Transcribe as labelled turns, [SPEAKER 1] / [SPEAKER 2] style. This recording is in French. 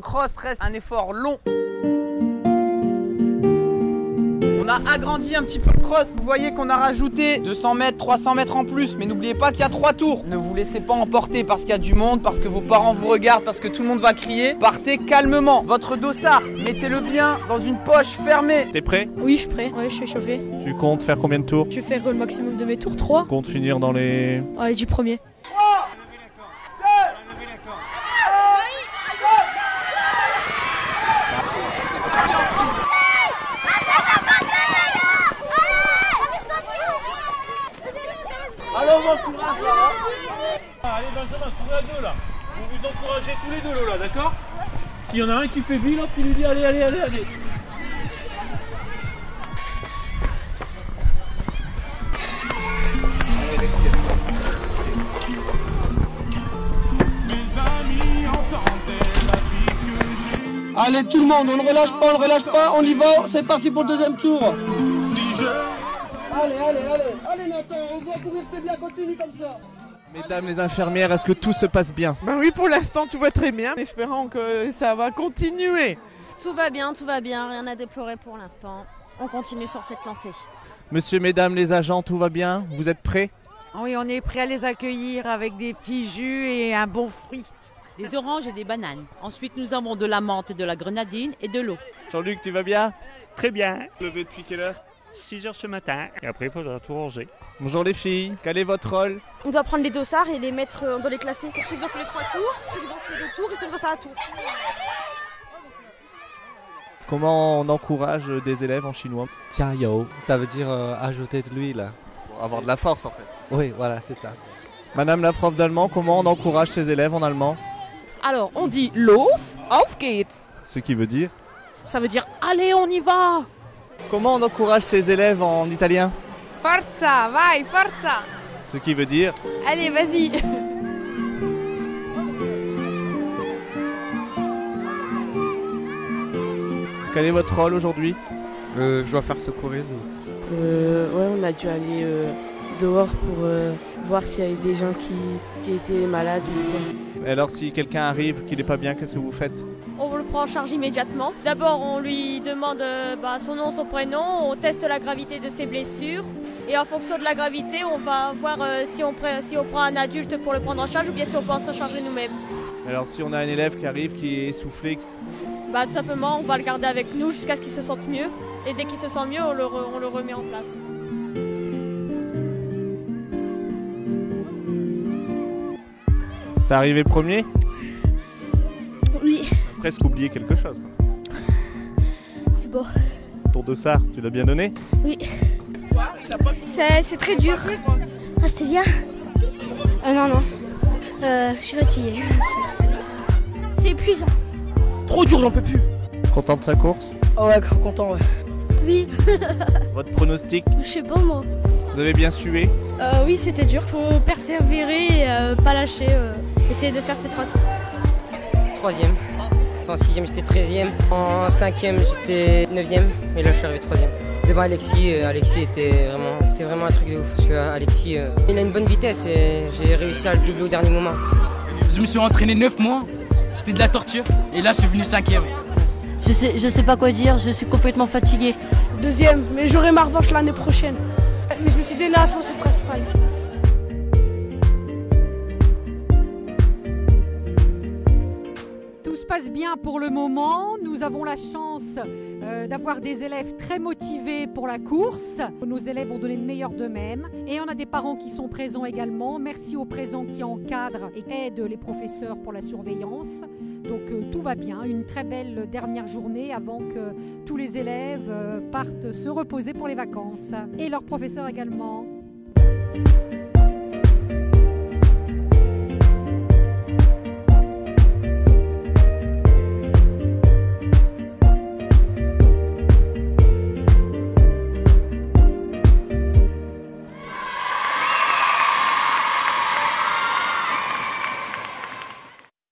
[SPEAKER 1] cross reste un effort long. On a agrandi un petit peu le cross. Vous voyez qu'on a rajouté 200 mètres, 300 mètres en plus. Mais n'oubliez pas qu'il y a trois tours. Ne vous laissez pas emporter parce qu'il y a du monde, parce que vos parents vous regardent, parce que tout le monde va crier. Partez calmement. Votre dossard, mettez-le bien dans une poche fermée.
[SPEAKER 2] T'es prêt
[SPEAKER 3] Oui, je suis prêt. Ouais, je suis chauffé.
[SPEAKER 2] Tu comptes faire combien de tours
[SPEAKER 3] Je vais faire le maximum de mes tours. 3
[SPEAKER 2] Tu comptes finir dans les.
[SPEAKER 3] Ouais, du premier.
[SPEAKER 1] Alors on encourage.
[SPEAKER 4] Allez Benjamin, courez à deux là. Vous vous encouragez tous les deux Lola, d'accord S'il y en a un qui fait vie, l'autre il lui dit allez, allez, allez, allez.
[SPEAKER 5] Allez tout le monde, on ne relâche pas, on ne relâche pas, on y va, c'est parti pour le deuxième tour. Allez, allez, allez, allez Nathan, on voit courir, c'est bien, continue comme ça.
[SPEAKER 6] Mesdames les infirmières, est-ce que tout se passe bien
[SPEAKER 7] Ben oui, pour l'instant, tout va très bien, espérant que ça va continuer.
[SPEAKER 8] Tout va bien, tout va bien, rien à déplorer pour l'instant. On continue sur cette lancée.
[SPEAKER 6] Monsieur, mesdames les agents, tout va bien Vous êtes prêts
[SPEAKER 9] Ah Oui, on est prêt à les accueillir avec des petits jus et un bon fruit.
[SPEAKER 10] des oranges et des bananes. Ensuite, nous avons de la menthe et de la grenadine et de l'eau.
[SPEAKER 6] Jean-Luc, tu vas bien
[SPEAKER 11] Très bien,
[SPEAKER 2] Levé depuis quelle heure
[SPEAKER 11] 6 heures ce matin, et après il faudra tout ranger.
[SPEAKER 6] Bonjour les filles, quel est votre rôle
[SPEAKER 12] On doit prendre les dossards et les mettre, euh, on doit les classer. Pour ceux qui ont fait les trois tours, ceux qui ont fait les deux tours et ceux qui ont fait un tour.
[SPEAKER 6] Comment on encourage euh, des élèves en chinois
[SPEAKER 13] Tiao, ça veut dire euh, ajouter de l'huile.
[SPEAKER 6] Pour avoir de la force en fait.
[SPEAKER 13] Oui, voilà, c'est ça.
[SPEAKER 6] Madame la prof d'allemand, comment on encourage ses élèves en allemand
[SPEAKER 14] Alors, on dit los, auf geht's.
[SPEAKER 6] Ce qui veut dire
[SPEAKER 14] Ça veut dire allez, on y va.
[SPEAKER 6] Comment on encourage ses élèves en italien
[SPEAKER 15] Forza, vai, forza.
[SPEAKER 6] Ce qui veut dire
[SPEAKER 15] Allez, vas-y.
[SPEAKER 6] Quel est votre rôle aujourd'hui
[SPEAKER 16] Euh, je dois faire secourisme.
[SPEAKER 17] Euh, ouais, on a dû aller euh, dehors pour euh, voir s'il y avait des gens qui, qui étaient malades ou quoi.
[SPEAKER 6] Et Alors si quelqu'un arrive, qu'il n'est pas bien, qu'est-ce que vous faites
[SPEAKER 18] On le prend en charge immédiatement. D'abord, on lui demande euh, bah, son nom, son prénom, on teste la gravité de ses blessures. Et en fonction de la gravité, on va voir euh, si, on prend- si on prend un adulte pour le prendre en charge ou bien si on peut s'en charger nous-mêmes.
[SPEAKER 6] Alors si on a un élève qui arrive, qui est essoufflé,
[SPEAKER 18] Bah, tout simplement, on va le garder avec nous jusqu'à ce qu'il se sente mieux. Et dès qu'il se sent mieux, on le, re- on le remet en place.
[SPEAKER 6] t'es arrivé premier
[SPEAKER 19] Oui,
[SPEAKER 6] Presque oublié quelque chose.
[SPEAKER 19] c'est bon.
[SPEAKER 6] Ton dossard, tu l'as bien donné
[SPEAKER 19] Oui.
[SPEAKER 15] C'est c'est très dur.
[SPEAKER 19] Ah, c'était bien Euh, non, non. Euh, je suis fatiguée. C'est épuisant.
[SPEAKER 14] Trop dur, j'en peux plus.
[SPEAKER 6] Content de sa course
[SPEAKER 14] Oh ouais, content, ouais.
[SPEAKER 19] Oui,
[SPEAKER 6] Votre pronostic
[SPEAKER 19] je sais pas moi.
[SPEAKER 6] Vous avez bien sué
[SPEAKER 20] Euh, oui, c'était dur. Faut persévérer, et, euh, pas lâcher, euh, essayer de faire ces trois tours.
[SPEAKER 4] Troisième. En sixième, j'étais treizième. En cinquième, j'étais neuvième. Et là, je suis arrivé troisième. Devant Alexis, euh, Alexis était vraiment, c'était vraiment un truc de ouf. Parce que euh, Alexis, euh, il a une bonne vitesse et j'ai réussi à le doubler au dernier moment.
[SPEAKER 1] Je me suis entraîné 9 mois, c'était de la torture, et là je suis venu cinquième.
[SPEAKER 21] Je sais, je sais pas quoi dire, je suis complètement fatiguée.
[SPEAKER 17] Deuxième, mais j'aurai ma revanche l'année prochaine. Mais je me suis donné à fond, c'est le principal.
[SPEAKER 22] Tout se passe bien pour le moment. Nous avons la chance euh, d'avoir des élèves très motivés pour la course. Nos élèves ont donné le meilleur d'eux-mêmes. Et on a des parents qui sont présents également. Merci aux présents qui encadrent et aident les professeurs pour la surveillance. Donc euh, tout va bien. Une très belle dernière journée avant que tous les élèves euh, partent se reposer pour les vacances. Et leurs professeurs également.